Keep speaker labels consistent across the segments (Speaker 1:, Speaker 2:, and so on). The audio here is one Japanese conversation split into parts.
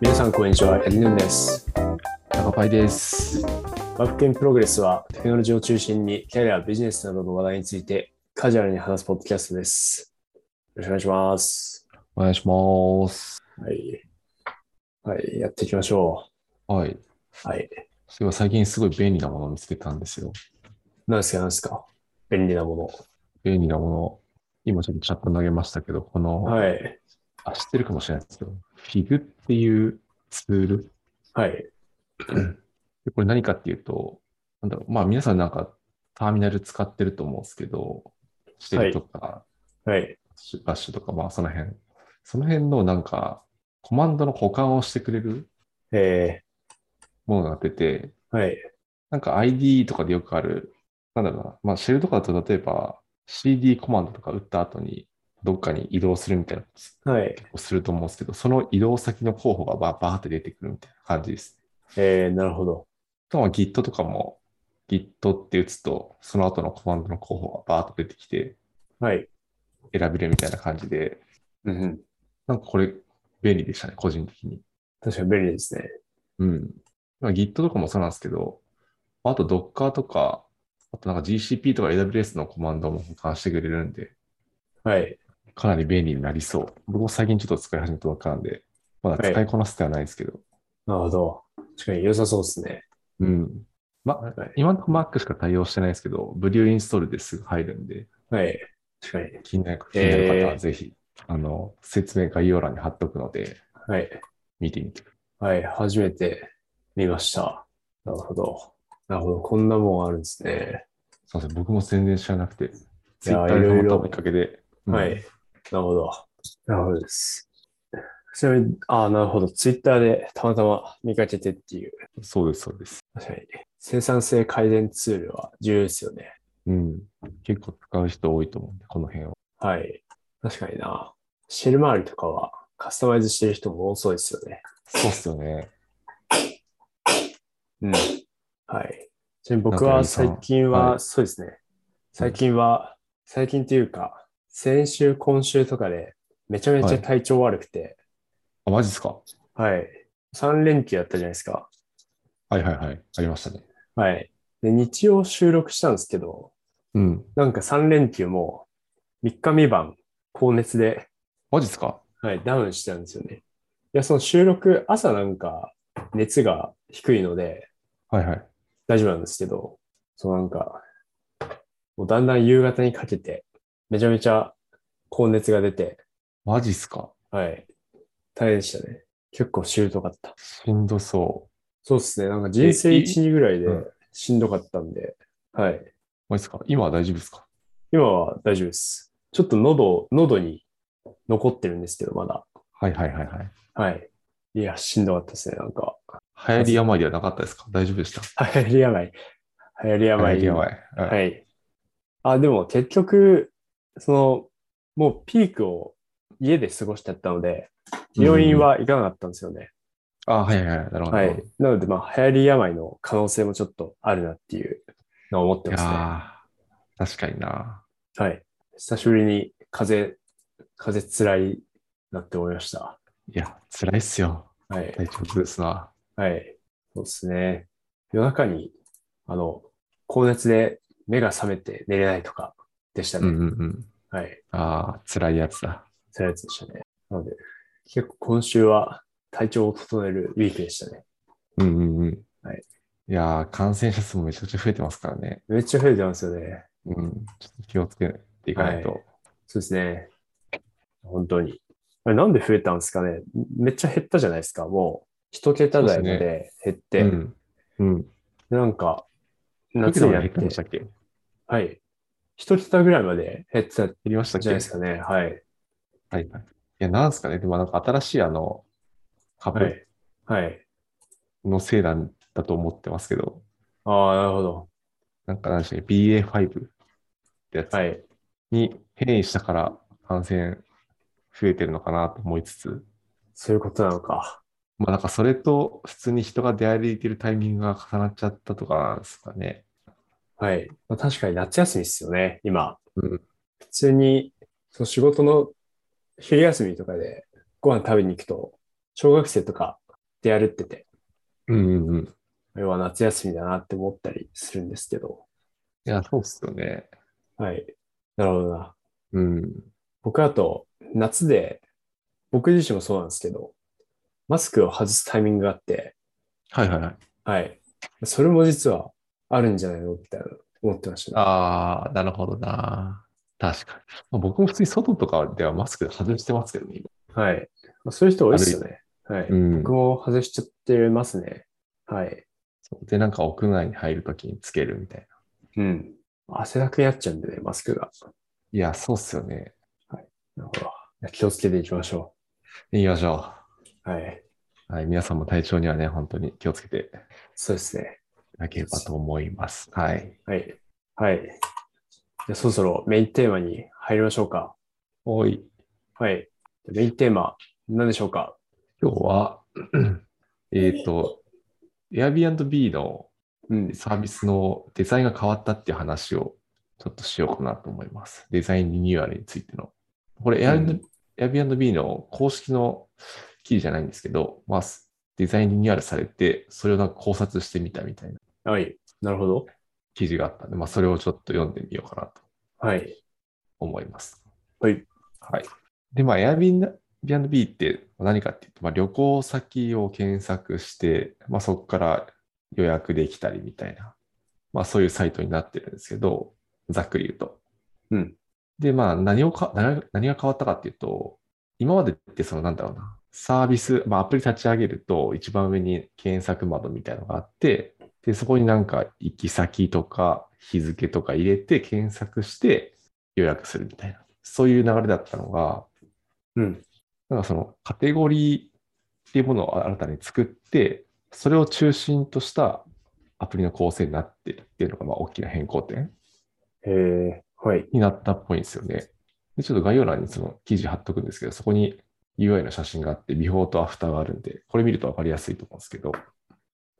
Speaker 1: 皆さん、こんにちは。エルヌンです。
Speaker 2: ヤパパイです。
Speaker 1: ワークケンプログレスは、テクノロジーを中心に、キャリア、ビジネスなどの話題について、カジュアルに話すポッドキャストです。よろしくお願いします。
Speaker 2: お願いします。
Speaker 1: はい。はい、やっていきましょ
Speaker 2: はい。
Speaker 1: う。はい。
Speaker 2: それは最近すごい便利なものを見つけたんですよ。
Speaker 1: 何ですか、何ですか。便利なも
Speaker 2: 便利なもの。今ちょっとチャット投げましたけど、この、
Speaker 1: の。はい。
Speaker 2: あ、知ってるかもしれないですけど、FIG っていうツール。
Speaker 1: はい。
Speaker 2: でこれ何かっていうと、なんだろう、まあ皆さんなんかターミナル使ってると思うんですけど、シテルとか、
Speaker 1: はい。
Speaker 2: シュバッシュとか、まあその辺。その辺のなんか、コマンドの保管をしてくれる
Speaker 1: え
Speaker 2: ものが出て、
Speaker 1: ー、はい。
Speaker 2: なんか ID とかでよくある、なんだろうな、まあ、シェルとかだと例えば CD コマンドとか打った後にどっかに移動するみたいなこ
Speaker 1: はい。
Speaker 2: とをすると思うんですけど、その移動先の候補がバーバーって出てくるみたいな感じです。
Speaker 1: えー、なるほど。
Speaker 2: あとは Git とかも Git って打つと、その後のコマンドの候補がバーっと出てきて
Speaker 1: はい。
Speaker 2: 選べるみたいな感じで、
Speaker 1: うんうん。
Speaker 2: なんかこれ便利でしたね、個人的に。
Speaker 1: 確かに便利ですね。
Speaker 2: うん。まあ Git とかもそうなんですけど、あと Docker とか、あとなんか GCP とか AWS のコマンドも保管してくれるんで、
Speaker 1: はい。
Speaker 2: かなり便利になりそう。僕も最近ちょっと使い始めたばっかなんで、まだ使いこなせてはないですけど。
Speaker 1: なるほど。確かに良さそうですね。
Speaker 2: うん。ま、
Speaker 1: はい。
Speaker 2: 今のところ Mac しか対応してないですけど、ブリューインストールですぐ入るんで、
Speaker 1: はい。確かに。
Speaker 2: 気になる気にな
Speaker 1: えー
Speaker 2: る方はぜひ、あの、説明概要欄に貼っとくので、
Speaker 1: はい。
Speaker 2: 見てみてくだ
Speaker 1: はい、初めて見ました。なるほど。なるほど。こんなもんあるんですね。
Speaker 2: さい。すいません、僕も全然知らなくて、
Speaker 1: いや
Speaker 2: Twitter でた
Speaker 1: いろいろ
Speaker 2: また見かけで、うん
Speaker 1: はい。なるほど。なるほどです。ちなみに、ああ、なるほど。ツイッターでたまたま見かけてっていう。
Speaker 2: そうです、そうです。
Speaker 1: 確かに。生産性改善ツールは重要ですよね。
Speaker 2: うん。結構使う人多いと思うんで、この辺は。
Speaker 1: はい。確かにな。シェル周りとかはカスタマイズしてる人も多そうですよね。
Speaker 2: そうっすよね。
Speaker 1: うん。はい。ちなみに僕は最近
Speaker 2: なんかいいかなは
Speaker 1: は、
Speaker 2: い
Speaker 1: そうですね。最近は、最近っていうか、先週、今週とかで、めちゃめちゃ体調悪くて、
Speaker 2: あ、マジっすか
Speaker 1: はい。3連休やったじゃないですか。
Speaker 2: はいはいはい。ありましたね。
Speaker 1: はい。で、日曜収録したんですけど、
Speaker 2: うん。
Speaker 1: なんか3連休も、3日未満、高熱で、
Speaker 2: マジっすか
Speaker 1: はい、ダウンしてたんですよね。いや、その収録、朝なんか、熱が低いので、
Speaker 2: はいはい。
Speaker 1: 大丈夫なんですけど、そうなんか、もうだんだん夕方にかけて、めちゃめちゃ高熱が出て、
Speaker 2: マジっすか
Speaker 1: はい。大変でしたね。結構しんどかった。
Speaker 2: しんどそう。
Speaker 1: そうですね。なんか人生
Speaker 2: えい
Speaker 1: 1、2ぐらいで
Speaker 2: うん
Speaker 1: しんどかったんで、はい。
Speaker 2: マジですか今は大丈夫ですか
Speaker 1: 今は大丈夫です。ちょっと喉、喉に残ってるんですけど、まだ。
Speaker 2: はいはいはいはい。
Speaker 1: はい。いや、しんどかったですね。なんか、
Speaker 2: 流行り病ではなかったですか大丈夫でした
Speaker 1: 流行り病。流行り
Speaker 2: 流行
Speaker 1: 病。
Speaker 2: り病。はい
Speaker 1: はい。あ、でも結局、その、もうピークを家で過ごしちゃったので、病院は行かなかったんですよね。
Speaker 2: あ、はいはいはい。なるほど。
Speaker 1: はいい。なので、まあ、流行り病の可能性もちょっとあるなっていうのを思って
Speaker 2: や
Speaker 1: ますね。
Speaker 2: ー確かにな。
Speaker 1: はい。久しぶりに風邪、風邪辛いなって思いました。
Speaker 2: いや、辛いっすよ。
Speaker 1: はい。
Speaker 2: 体調崩すな。
Speaker 1: はい。そうですね。夜中に、あの、高熱で目が覚めて寝れないとかでした
Speaker 2: うん
Speaker 1: ね。
Speaker 2: うんうん。
Speaker 1: はい。
Speaker 2: ああ、辛いやつだ。
Speaker 1: そういうやつでしたね。なので、結構今週は体調を整えるウィークでしたね。
Speaker 2: うんうんうん。
Speaker 1: はい、
Speaker 2: いやー、感染者数もめちゃくちゃ増えてますからね。
Speaker 1: めっちゃ増えてますよね。
Speaker 2: うん。ちょっと気をつけていかないと。
Speaker 1: そうですね。本当に。あれなんで増えたんですかねめっちゃ減ったじゃないですか。もう、一桁台ま
Speaker 2: そう
Speaker 1: で減って、
Speaker 2: うん。うん。
Speaker 1: でなんか、
Speaker 2: だけ
Speaker 1: 夏
Speaker 2: ど
Speaker 1: になっ
Speaker 2: 減ってましてた、っけ減
Speaker 1: はい。一桁ぐらいまで減ってたんじ
Speaker 2: りましたっけ
Speaker 1: ゃないですかね。はい。
Speaker 2: はいはい。いや、なんですかね。でもなんか新しいあの、
Speaker 1: は
Speaker 2: 株
Speaker 1: い。はい。
Speaker 2: のせいなんだと思ってますけど、
Speaker 1: ああ、なるほど。
Speaker 2: なんか何でしたっけ BA.5 ってやつ
Speaker 1: はい。
Speaker 2: に変異したから感染増えてるのかなと思いつつ、
Speaker 1: そういうことなのか。
Speaker 2: まあなんかそれと普通に人が出歩いてるタイミングが重なっちゃったとかなんですかね。
Speaker 1: はい。まあ、確かに夏休みですよね、今。
Speaker 2: うん。
Speaker 1: 普通に、そう仕事の昼休みとかでご飯食べに行くと、小学生とか出歩ってて、
Speaker 2: うんうんうん。い
Speaker 1: 要は夏休みだなって思ったりするんですけど、
Speaker 2: や、そうっすよね。
Speaker 1: はい。なるほどな。
Speaker 2: うん。
Speaker 1: 僕だと夏で、僕自身もそうなんですけど、マスクを外すタイミングがあって、
Speaker 2: はいはいはい。
Speaker 1: はい。それも実はあるんじゃないのみたいな思ってましたね。
Speaker 2: ああ、なるほどな。確かに。まあ僕も普通に外とかではマスク外してますけどね、
Speaker 1: はい。まあそういう人多いですよね。はい。
Speaker 2: 今。うん
Speaker 1: 僕も外しちゃってますね。はい。
Speaker 2: そうで、なんか屋内に入るときにつけるみたいな。
Speaker 1: うん。汗だくになっちゃうんでね、マスクが。
Speaker 2: いや、そうっすよね。
Speaker 1: なるほどいや気をつけていきましょ
Speaker 2: 言いましょ
Speaker 1: う。はい。
Speaker 2: う。はい、皆さんも体調にはね、本当に気をつけて
Speaker 1: そうですね。
Speaker 2: いただければと思います。はい。
Speaker 1: はい。はい。じゃあそろそろメインテーマに入りましょうか。
Speaker 2: おい、
Speaker 1: はい。じゃあメインテーマ、何でしょうか
Speaker 2: 今日は、 えっと、Airbnb の
Speaker 1: うん。
Speaker 2: サービスのデザインが変わったっていう話をちょっとしようかなと思います。デザインリニューアルについての。これ、
Speaker 1: う
Speaker 2: Air-
Speaker 1: ん
Speaker 2: Airbnb の公式の記事じゃないんですけど、まあ、デザインリニューアルされて、それをなんか考察してみたみたいな
Speaker 1: はい。なるほど。
Speaker 2: 記事があったんで、まあ、それをちょっと読んでみようかなと
Speaker 1: はい。
Speaker 2: 思います。
Speaker 1: はい。
Speaker 2: はい。で、まあ、Airbnb って何かっていうと、まあ、旅行先を検索して、まあ、そこから予約できたりみたいな、まあ、そういうサイトになってるんですけど、ざっくり言うと。
Speaker 1: うん。
Speaker 2: で、まあ、何をか、何が何が変わったかっていうと、今までってその、なんだろうな、サービス、まあ、アプリ立ち上げると、一番上に検索窓みたいなのがあって、で、そこになんか行き先とか日付とか入れて検索して予約するみたいな、そういう流れだったのが、
Speaker 1: うん。
Speaker 2: なんかそのカテゴリーっていうものを新たに作って、それを中心としたアプリの構成になってるっていうのがまあ大きな変更点
Speaker 1: えー、はい。
Speaker 2: になったっぽいんですよね。で、ちょっと概要欄にその記事貼っとくんですけど、そこに UI の写真があって、ビフォーとアフターがあるんで、これ見ると分かりやすいと思うんですけど、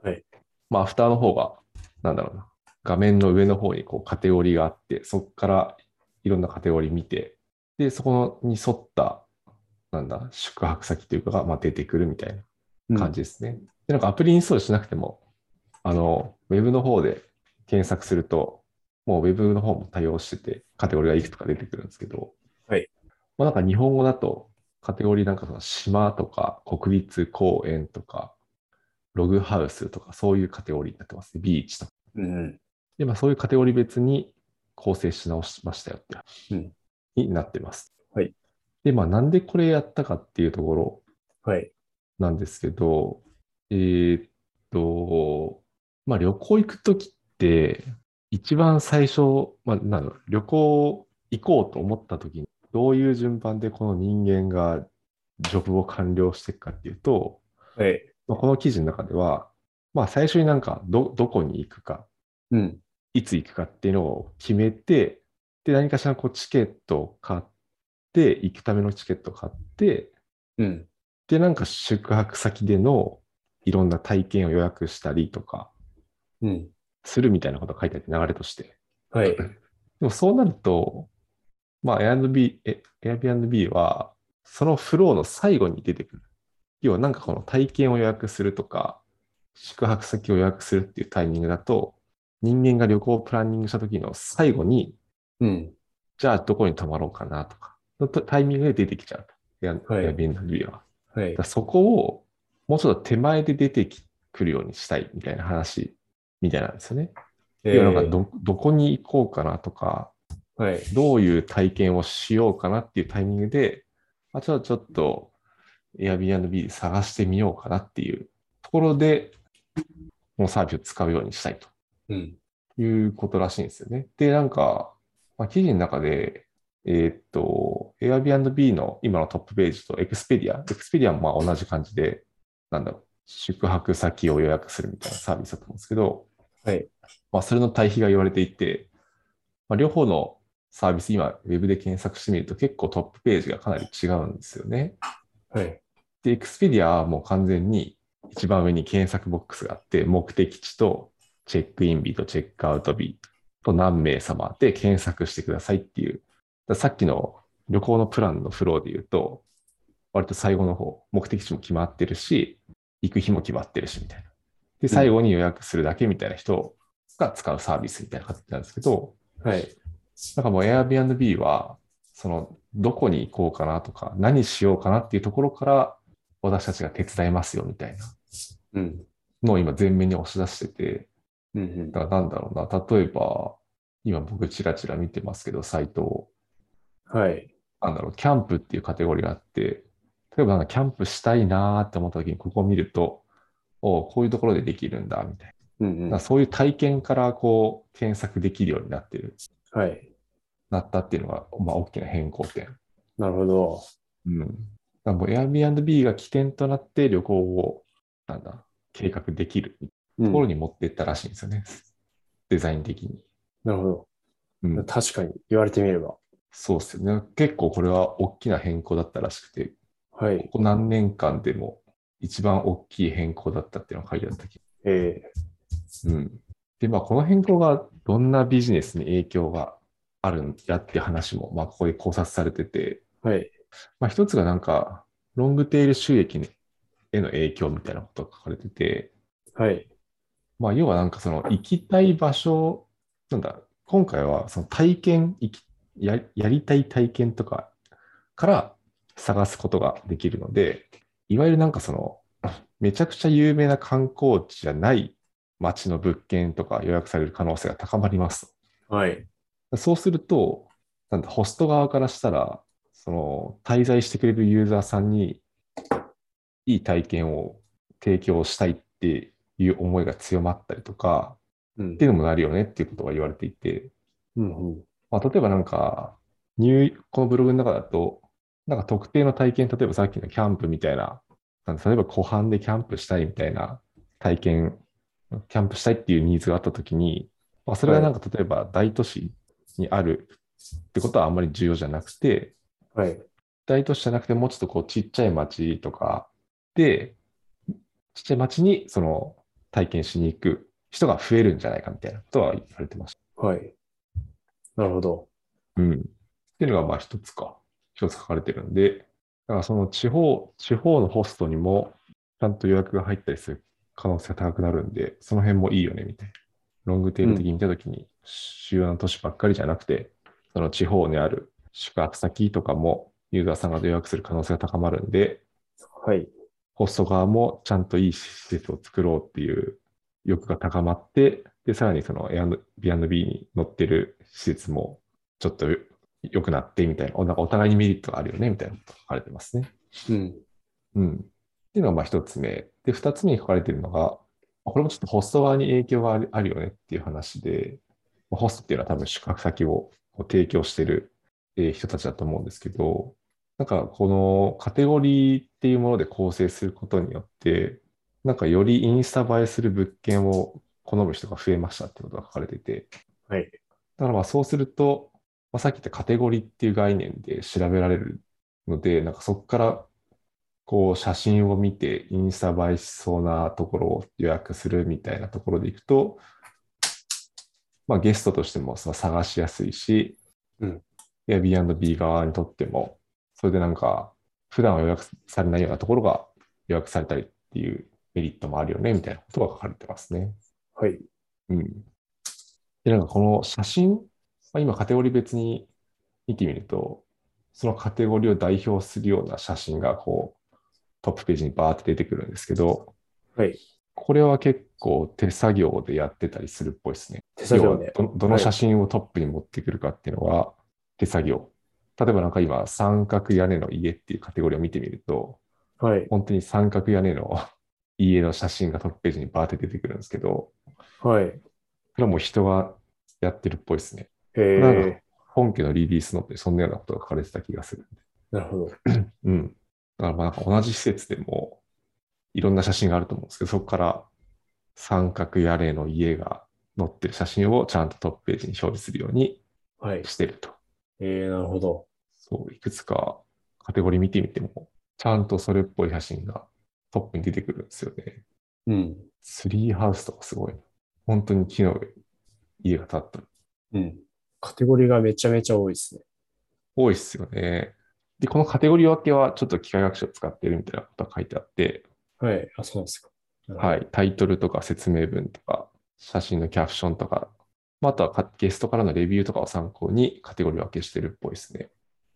Speaker 1: はい。
Speaker 2: まあ、アフターの方が、なんだろうな、画面の上の方にこうカテゴリーがあって、そこからいろんなカテゴリー見て、で、そこに沿った、なんだ、宿泊先というかが、まあ、出てくるみたいな
Speaker 1: うん
Speaker 2: 感じですね。で、なんかアプリインストールしなくても、あの、ウェブの方で検索すると、もうウェブの方も対応してて、カテゴリーがいくつか出てくるんですけど、
Speaker 1: はい。
Speaker 2: まあなんか日本語だと、カテゴリーなんかその島とか国立公園とか、ログハウスとかそういうカテゴリーになってますね。ビーチとか。
Speaker 1: うん。
Speaker 2: で、まあそういうカテゴリー別に構成し直しましたよって、
Speaker 1: うん
Speaker 2: になってます。
Speaker 1: はい。
Speaker 2: で、まあなんでこれやったかっていうところ
Speaker 1: はい。
Speaker 2: なんですけど、えーっと、まあ、旅行行くときって、一番最初、まあ、なんだろう旅行行こうと思ったときに、どういう順番でこの人間がジョブを完了していくかっていうと、
Speaker 1: はい。
Speaker 2: まあこの記事の中では、まあ、最初になんかど、どこに行くか、
Speaker 1: うん。
Speaker 2: いつ行くかっていうのを決めて、で、何かしらこうチケットを買って、行くためのチケットを買って、
Speaker 1: うん。
Speaker 2: で、なんか宿泊先でのいろんな体験を予約したりとか
Speaker 1: うん。
Speaker 2: するみたいなことが書いてあって、流れとして。
Speaker 1: はい。
Speaker 2: でもそうなると、まあ Airbnb、え Airbnb は、そのフローの最後に出てくる。要はなんかこの体験を予約するとか、宿泊先を予約するっていうタイミングだと、人間が旅行をプランニングした時の最後に、
Speaker 1: うん。
Speaker 2: じゃあどこに泊まろうかなとか、のとタイミングで出てきちゃう。
Speaker 1: はい
Speaker 2: Airbnb
Speaker 1: は
Speaker 2: は。
Speaker 1: い
Speaker 2: だか。らそこをもうちょっと手前で出てきくるようにしたいみたいな話みたいなんですよね。
Speaker 1: えー
Speaker 2: いやなんかどどこに行こうかなとか、
Speaker 1: はい。
Speaker 2: どういう体験をしようかなっていうタイミングで、あちょっとちょっと Airbnb で探してみようかなっていうところで、このサービスを使うようにしたいと
Speaker 1: うん。
Speaker 2: いうことらしいんですよね。で、なんか、まあ、記事の中で、えーっと、Airbnb の今のトップページと Expedia、Expedia もまあ同じ感じで、なんだろう、宿泊先を予約するみたいなサービスだと思うんですけど、
Speaker 1: はい。
Speaker 2: まあ、それの対比が言われていて、まあ、両方のサービス、今、ウェブで検索してみると結構トップページがかなり違うんですよね。
Speaker 1: はい。
Speaker 2: で、Expedia はもう完全に一番上に検索ボックスがあって、目的地とチェックイン日とチェックアウト日と何名様で検索してくださいっていう。だからさっきの旅行のプランのフローで言うと、割と最後の方、目的地も決まってるし、行く日も決まってるしみたいな。で、最後に予約するだけみたいな人が使うサービスみたいな形なんですけど、
Speaker 1: はい。
Speaker 2: なんかもう Airbnb は、その、どこに行こうかなとか、何しようかなっていうところから、私たちが手伝いますよみたいな
Speaker 1: うん。
Speaker 2: のを今前面に押し出してて、
Speaker 1: うんうん。
Speaker 2: だからなんだろうな、例えば、今僕ちらちら見てますけど、サイトを、
Speaker 1: はい。
Speaker 2: なんだろう、キャンプっていうカテゴリーがあって、例えばなんかキャンプしたいなーって思った時にここを見ると、おうこういうところでできるんだ、みたい
Speaker 1: うんうん。
Speaker 2: な。なん
Speaker 1: は
Speaker 2: かそういう体験からこう検索できるようになってる、
Speaker 1: い。
Speaker 2: なったっていうのが、まあ大きな変更点。
Speaker 1: なるほど。
Speaker 2: うん。だからもう Airbnb が起点となって旅行を、なんだ、計画できる
Speaker 1: うん
Speaker 2: ところに持っていったらしいんですよね。デザイン的に。
Speaker 1: なるほ
Speaker 2: うん
Speaker 1: ど。確かに言われてみれば。
Speaker 2: そうですよね。結構これは大きな変更だったらしくて、
Speaker 1: はい。
Speaker 2: ここ何年間でも一番大きい変更だったっていうのが書いてあった気が
Speaker 1: ええ
Speaker 2: うん。で、まあ、この変更がどんなビジネスに影響があるんやって話も、まあ、ここで考察されてて、
Speaker 1: はい。
Speaker 2: まあ、一つがなんか、ロングテール収益にへの影響みたいなことが書かれてて、
Speaker 1: はい。
Speaker 2: まあ、要はなんかその行きたい場所、なんだ、今回はその体験、行きややりたい体験とかから探すことができるので、いわゆるなんかその、めちゃくちゃ有名な観光地じゃない街の物件とか予約される可能性が高まります。
Speaker 1: はい。
Speaker 2: そうすると、なんだ、ホスト側からしたら、その滞在してくれるユーザーさんにいい体験を提供したいっていう思いが強まったりとか、
Speaker 1: うん
Speaker 2: っていうのもなるよねっていうことが言われていて、
Speaker 1: うんうん。
Speaker 2: まあ、例えばなんか、入このブログの中だと、なんか特定の体験、例えばさっきのキャンプみたいな、なんか例えば湖畔でキャンプしたいみたいな体験、キャンプしたいっていうニーズがあったときに、まあ、それはなんか例えば大都市にあるってことはあんまり重要じゃなくて、
Speaker 1: はい。
Speaker 2: 大都市じゃなくてもうちょっとこうちっちゃい町とかで、ちっちゃい町にその体験しに行く人が増えるんじゃないかみたいなことは言われてました。
Speaker 1: はい。なるほど。
Speaker 2: うん。っていうのが、まあ一つか、一つ書かれてるんで、だからその地方、地方のホストにも、ちゃんと予約が入ったりする可能性が高くなるんで、その辺もいいよね、みたいな。ロングテール的に見たときに、主要な都市ばっかりじゃなくて、その地方にある宿泊先とかも、ユーザーさんが予約する可能性が高まるんで、
Speaker 1: はい。
Speaker 2: ホスト側もちゃんといい施設を作ろうっていう欲が高まって、で、さらにその Airbnb に乗ってる施設もちょっと良くなってみたいな、おなんかお互いにメリットがあるよねみたいなことが書かれてますね。
Speaker 1: うん。
Speaker 2: うん。っていうのがまあ一つ目。で、二つ目に書かれてるのが、これもちょっとホスト側に影響があるあるよねっていう話で、まあホストっていうのは多分宿泊先をこう提供してるえー人たちだと思うんですけど、なんかこのカテゴリーっていうもので構成することによって、なんかよりインスタ映えする物件を好む人が増えましたってことが書かれてて、
Speaker 1: はい。
Speaker 2: だからまあそうすると、まあ、さっき言ったカテゴリーっていう概念で調べられるので、なんかそこからこう写真を見てインスタ映えしそうなところを予約するみたいなところでいくと、まあ、ゲストとしてもその探しやすいし、
Speaker 1: うん、
Speaker 2: Airbnb 側にとっても、それでなんか普段は予約されないようなところが予約されたりっていうメリットもあるよねみたいなことが書かれてますね。
Speaker 1: はい。
Speaker 2: うん。で、なんかこの写真、まあ、今カテゴリー別に見てみると、そのカテゴリーを代表するような写真がこうトップページにバーって出てくるんですけど、
Speaker 1: はい。
Speaker 2: これは結構手作業でやってたりするっぽいですね。
Speaker 1: 手作業
Speaker 2: 要は
Speaker 1: で。
Speaker 2: どどの写真をトップに持ってくるかっていうのは手作業。例えばなんか今、三角屋根の家っていうカテゴリーを見てみると、
Speaker 1: はい。
Speaker 2: 本当に三角屋根の 家の写真がトップページにバーって出てくるんですけど、
Speaker 1: はい。
Speaker 2: それはもう人がやってるっぽいですね。
Speaker 1: ええ
Speaker 2: なんか本家のリリースノートにそんなようなことが書かれてた気がする。
Speaker 1: なるほど。
Speaker 2: うん。だからまあなんか同じ施設でもいろんな写真があると思うんですけど、そこから三角屋根の家が載ってる写真をちゃんとトップページに表示するように
Speaker 1: はい。
Speaker 2: してると。
Speaker 1: ええなるほど。
Speaker 2: そう、いくつかカテゴリー見てみても、ちゃんとそれっぽい写真がトップに出てくるんですよね。
Speaker 1: うん。
Speaker 2: ツリーハウスとかすごいな。本当に木の上家が建った
Speaker 1: うん。カテゴリーがめちゃめちゃ多いですね。
Speaker 2: 多いっすよね。で、このカテゴリー分けはちょっと機械学習を使ってるみたいなことが書いてあって、
Speaker 1: はい。あ、そうなんですか。
Speaker 2: はい、タイトルとか説明文とか、写真のキャプションとか、まああとはかゲストからのレビューとかを参考にカテゴリー分けしてるっぽいですね。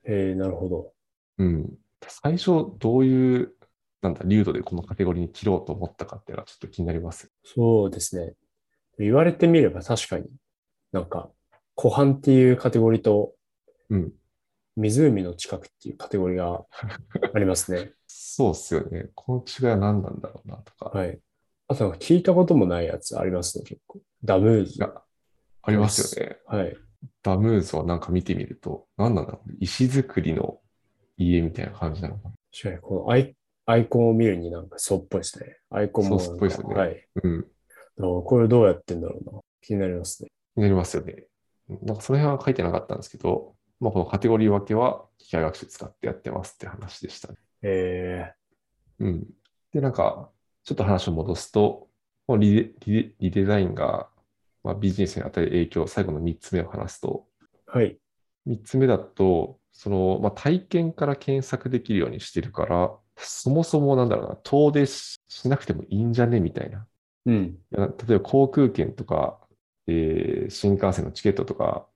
Speaker 1: えー、なるほど。
Speaker 2: うん。最初、どういう、なんだ、流度でこのカテゴリーに切ろうと思ったかっていうのはちょっと気になります。
Speaker 1: そうですね。言われてみれば確かに、なんか、湖畔っていうカテゴリーと、
Speaker 2: うん。
Speaker 1: 湖の近くっていうカテゴリー がありますね。
Speaker 2: そうっすよね。この違いは何なんだろうなとか、
Speaker 1: はい。あとなんか聞いたこともないやつありますね、結構。ダムーズ。
Speaker 2: がありますよね。
Speaker 1: はい。
Speaker 2: ダムーズはなんか見てみると、何なんだろう。石造りの家みたいな感じなのかな。
Speaker 1: 確かに、このアイアイコンを見るになんかそうっぽいですね。アイコンもなんか。
Speaker 2: そうっぽいですよね
Speaker 1: はい。
Speaker 2: うん。
Speaker 1: だからこれどうやってんだろうな。気になりますね。
Speaker 2: 気になりますよね。なんかその辺は書いてなかったんですけど、まあ、このカテゴリー分けは機械学習使ってやってますって話でしたね。
Speaker 1: え
Speaker 2: うん。で、なんか、ちょっと話を戻すと、このリデリデリデザインが、まあ、ビジネスに与える影響、最後の3つ目を話すと、
Speaker 1: ー、はい。
Speaker 2: 3つ目だと、その、まあ、体験から検索できるようにしてるから、そもそもなんだろうな、遠出ししなくてもいいんじゃねみたいな。
Speaker 1: うん。
Speaker 2: いや例えば航空券とか、えー新幹線のチケットとか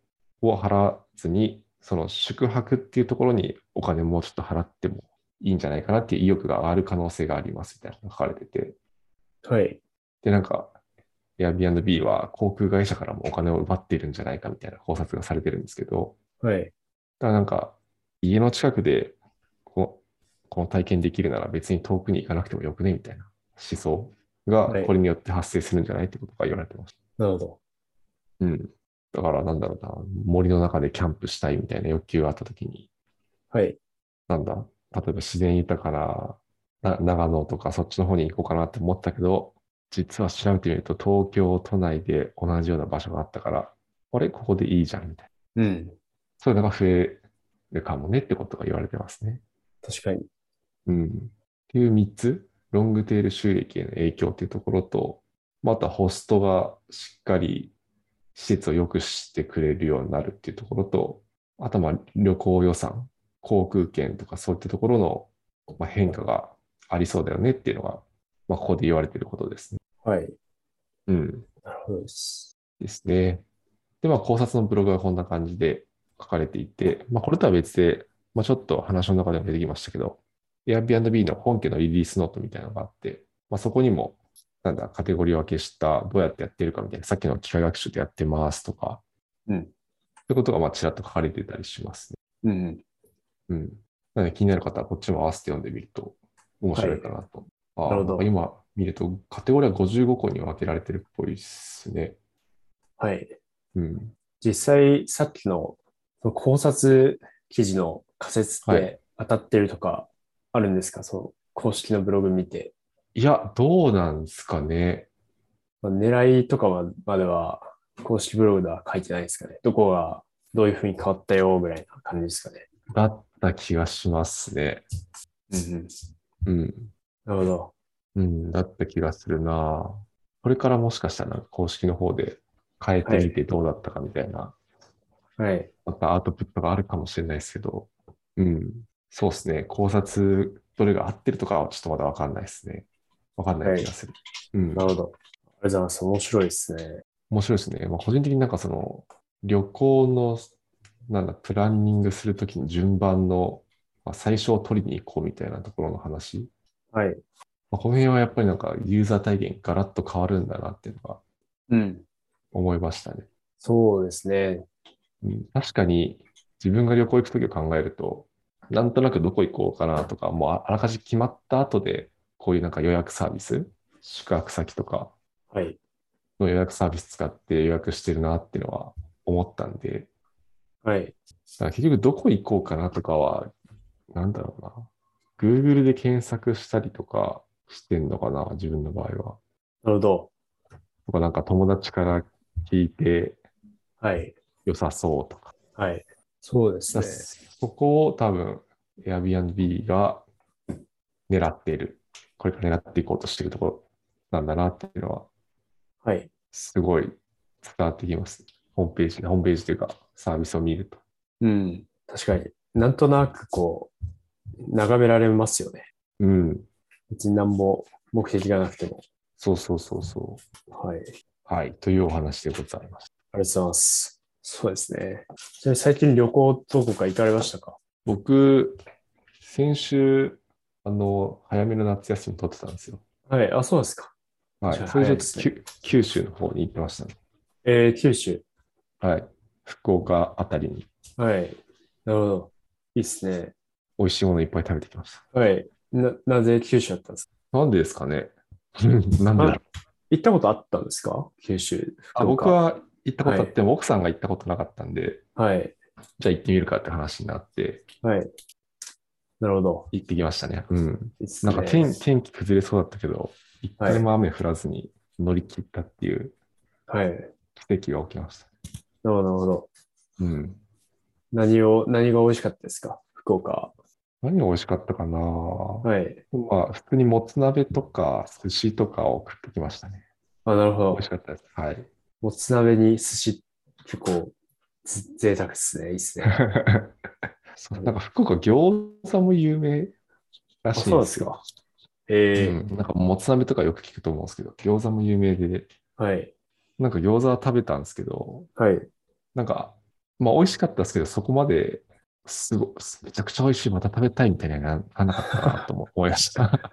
Speaker 2: を払わずに、その宿泊っていうところにお金もうちょっと払ってもいいんじゃないかなっていう意欲が上がる可能性がありますみたいなのが書かれてて、
Speaker 1: はい。
Speaker 2: で、なんか、Airbnb は航空会社からもお金を奪っているんじゃないかみたいな考察がされてるんですけど、
Speaker 1: はい。
Speaker 2: だからなんか、家の近くでこのこの体験できるなら別に遠くに行かなくてもよくねみたいな思想が
Speaker 1: はい
Speaker 2: これによって発生するんじゃないってことが言われてます。
Speaker 1: なるほど。
Speaker 2: うん。だから、なんだろうな、森の中でキャンプしたいみたいな欲求があったときに、
Speaker 1: はい。
Speaker 2: なんだ、例えば自然豊かなな長野とかそっちの方に行こうかなって思ったけど、実は調べてみると東京都内で同じような場所があったから、あれ、ここでいいじゃんみたいな。
Speaker 1: うん。
Speaker 2: そういうのが増えるかもねってことが言われてますね。
Speaker 1: 確かに。
Speaker 2: うん。っていう3つ、ロングテール収益への影響っていうところと、またホストがしっかり施設を良くしてくれるようになるっていうところと、あとまあ旅行予算、航空券とかそういったところのまあ変化がありそうだよねっていうのが、まあ、ここで言われてることですね。
Speaker 1: はい。
Speaker 2: うん。
Speaker 1: なるほどです。
Speaker 2: ですね。で、まあ、考察のブログがこんな感じで書かれていて、まあ、これとは別で、まあ、ちょっと話の中でも出てきましたけど、Airbnb の本家のリリースノートみたいなのがあって、まあ、そこにも、なんだ、カテゴリー分けした、どうやってやってるかみたいな、さっきの機械学習でやってますとか、
Speaker 1: うん
Speaker 2: ってことが、まあ、ちらっと書かれてたりしますね。
Speaker 1: うん。
Speaker 2: うん。なので、気になる方は、こっちも合わせて読んでみると、面白いかなと。あー
Speaker 1: なるほど
Speaker 2: んか今見ると、カテゴリーは55個に分けられてるっぽいですね。
Speaker 1: はい。
Speaker 2: うん。
Speaker 1: 実際、さっきのその考察記事の仮説っ
Speaker 2: は
Speaker 1: て当たってるとかあるんですか、その公式のブログ見て。
Speaker 2: いや、どうなんですかね。
Speaker 1: まあ、狙いとかはまでは公式ブログでは書いてないですかね。どこがどういうふうに変わったよぐらいな感じですかね。
Speaker 2: だった気がしますね。
Speaker 1: うん
Speaker 2: うん。
Speaker 1: なるほど。
Speaker 2: うん、だった気がするなこれからもしかしたらなんか公式の方で変えてみてどうだったかみたいな、
Speaker 1: はい。
Speaker 2: またアウトプットがあるかもしれないですけど、うん。そうですね。考察、どれが合ってるとかはちょっとまだわかんないですね。わかんない気がする。うん。
Speaker 1: なるほど。ありがとうございます。面白いですね。
Speaker 2: 面白いですね。まあ、個人的になんかその旅行のなんだプランニングするときの順番の、まあ、最初を取りに行こうみたいなところの話、
Speaker 1: はい。
Speaker 2: まあ、この辺はやっぱりなんかユーザー体験ガラッと変わるんだなっていうのが
Speaker 1: うん。
Speaker 2: 思いましたね。
Speaker 1: そうですね。
Speaker 2: うん、確かに自分が旅行行くときを考えると、なんとなくどこ行こうかなとか、もうああらかじめ決まった後で、こういうなんか予約サービス、宿泊先とか
Speaker 1: はい。
Speaker 2: の予約サービス使って予約してるなっていうのは思ったんで、
Speaker 1: はい。
Speaker 2: だから結局どこ行こうかなとかは、なんだろうな。Google で検索したりとかしてんのかな、自分の場合は。
Speaker 1: なるほど。
Speaker 2: とかなんか友達から聞いて
Speaker 1: はい。
Speaker 2: 良さそうとか。
Speaker 1: はい。そうです
Speaker 2: だ
Speaker 1: ね
Speaker 2: から。そこを多分 Airbnb が狙っている。これから狙っていこうとしているところなんだなっていうのは、
Speaker 1: はい。
Speaker 2: すごい伝わってきます。ホームページ、ホームページというかサービスを見ると。
Speaker 1: うん。確かになんとなくこう、眺められますよね。
Speaker 2: うん。
Speaker 1: 別になんも目的がなくても。
Speaker 2: そうそうそうそ
Speaker 1: はい。あり
Speaker 2: う。はい。というお話でございます。
Speaker 1: がとうございます。そうですね。ちなみに最近旅行どこか行かれましたか
Speaker 2: 僕、先週、あの、早めの夏休み取ってたんですよ。
Speaker 1: はい。あ、そうなんですか。
Speaker 2: は
Speaker 1: じゃあ
Speaker 2: い。それ
Speaker 1: 早い
Speaker 2: で
Speaker 1: で
Speaker 2: ち
Speaker 1: す
Speaker 2: ょっ
Speaker 1: ね
Speaker 2: ときゅ九州の方に行ってましたね。
Speaker 1: えー、九州。
Speaker 2: はい。福岡あたりに
Speaker 1: はい。なるほど。いいっすね。
Speaker 2: 美味しいものいっぱい食べてきました。
Speaker 1: はい。な、なぜ九州だったんですか
Speaker 2: なんでですか ねなんでだろう
Speaker 1: 行ったことあったんですか九州、
Speaker 2: あ
Speaker 1: 福
Speaker 2: 僕
Speaker 1: 岡。
Speaker 2: は行ったことあっても、奥さんが行ったことなかったんで、
Speaker 1: はい。
Speaker 2: じゃあ行ってみるかって話になって、
Speaker 1: はい。なるほど。
Speaker 2: 行ってきましたね。うん。
Speaker 1: いいっす
Speaker 2: な
Speaker 1: ね。
Speaker 2: んか天,、天気崩れそうだったけど、一回も雨降らずに乗り切ったっていう
Speaker 1: はい。なる
Speaker 2: 奇跡が起きました。
Speaker 1: ほど、なるほど。
Speaker 2: うん。
Speaker 1: 何を、何が美味しかったですか福岡。
Speaker 2: 何が美味しかったかな、
Speaker 1: はい。
Speaker 2: まあ、普通にもつ鍋とか寿司とかを食ってきましたね。
Speaker 1: あ、なるほ
Speaker 2: 美
Speaker 1: ど
Speaker 2: 味。しかったです。はい。
Speaker 1: もつ鍋に寿司、結構、ず贅沢っすね。いいっすね。
Speaker 2: そう なんか福岡餃子も有名ら
Speaker 1: あ、
Speaker 2: し
Speaker 1: そう
Speaker 2: い
Speaker 1: なん
Speaker 2: ん
Speaker 1: で
Speaker 2: ですすよ。
Speaker 1: か。えー、
Speaker 2: うん、なんかもつ鍋とかよく聞くと思うんですけど、餃子も有名で、
Speaker 1: はい。
Speaker 2: なんか餃子は食べたんですけど、
Speaker 1: はい。
Speaker 2: なんか、まあ美味しかったですけど、そこまですごめちゃくちゃ美味しい、また食べたいみたいにはならなかったなとも思いました。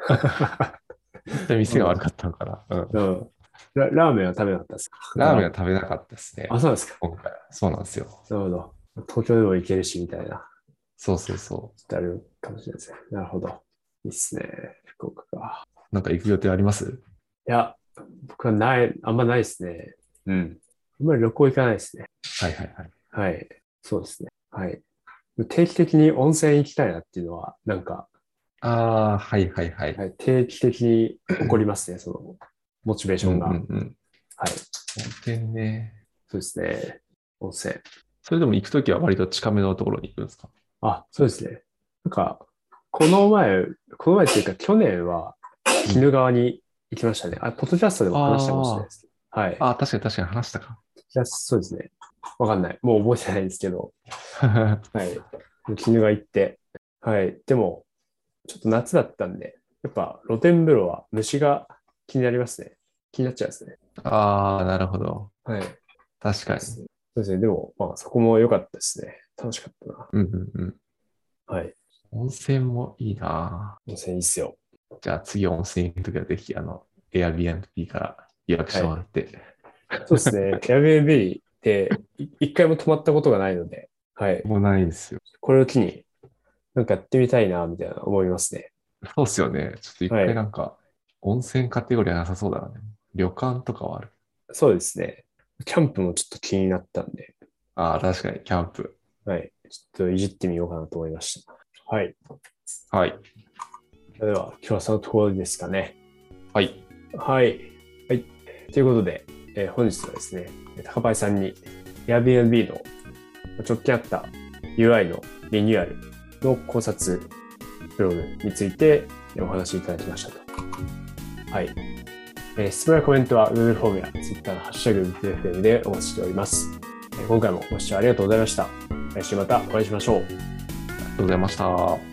Speaker 2: 店が悪かったのかな、うん
Speaker 1: うん。ララーメンは食べなかったですか
Speaker 2: ラーメンは食べなかったですね
Speaker 1: あ、。そうなんですか。
Speaker 2: 今回。そうなんですよ。
Speaker 1: なるほど。東京でも行けるし、みたいな。
Speaker 2: そうそう
Speaker 1: ち
Speaker 2: そ
Speaker 1: ょっとあるかもしれないですね。なるほど。いいっすね。福岡か。
Speaker 2: う。なんか行く予定あります
Speaker 1: いや、僕はない、あんまないですね。うん。あんまり旅行行かないですね。
Speaker 2: はいはいはい。
Speaker 1: はい。そうですね。はい。定期的に温泉行きたいなっていうのは、なんか、
Speaker 2: ああ、はいはいはい。
Speaker 1: はい、定期的に起こりますね、その、モチベーションが。
Speaker 2: うんうんうん。
Speaker 1: はい。
Speaker 2: 本店ね。
Speaker 1: そうですね。温泉。
Speaker 2: それでも行くときは割と近めのところに行くんですか
Speaker 1: あ、そうですね。なんか、この前、この前っていうか、去年は、鬼怒川に行きましたね。あ、ポッドキャストでも話したかもしれないです。はい。
Speaker 2: ああ、確かに確かに話したか。
Speaker 1: いやそうですね。わかんない。もう覚えてないんですけど。はい。絹が行って。はい。でも、ちょっと夏だったんで、やっぱ露天風呂は虫が気になりますね。気になっちゃいますね。
Speaker 2: ああ、なるほど。
Speaker 1: はい。そ
Speaker 2: 確か
Speaker 1: う
Speaker 2: に
Speaker 1: で。すね。そうですねでも、まあそこも良かったですね。楽しかったな。
Speaker 2: うんうんうん。
Speaker 1: はい。
Speaker 2: 温泉もいいな
Speaker 1: 温泉いいっすよ。
Speaker 2: ぁじゃあ次温泉行くときはぜひ、あの、Airbnb から予約してもらって。
Speaker 1: そうです ね。Airbnb でい一回も泊まったことがないので、はい。
Speaker 2: もうないんですよ。
Speaker 1: これを機に、なんかやってみたいな、みたいな思いますね。
Speaker 2: そうっすよね。ちょっと一
Speaker 1: はい
Speaker 2: 回なんか、温泉カテゴリーはなさそうだな、ね。旅館とかはある。
Speaker 1: そうですね。キャンプもちょっと気になったんで、
Speaker 2: ああ、確かに、キャンプ。
Speaker 1: はい。ちょっといじってみようかなと思いました。はい。
Speaker 2: はい。
Speaker 1: では、今日はそのところですかね。
Speaker 2: はい。
Speaker 1: はい。はい。ということで、えー本日はですね、高林さんに Airbnb の直近あった UI のリニューアルの考察ブログについてお話しいただきましたと。はい。えー質問やコメントは Google フォームや Twitter のハッシュタグ GoogleFM でお待ちしております。えー今回もご視聴ありがとうございました。来週またお会いしましょう。
Speaker 2: ありがとうございました。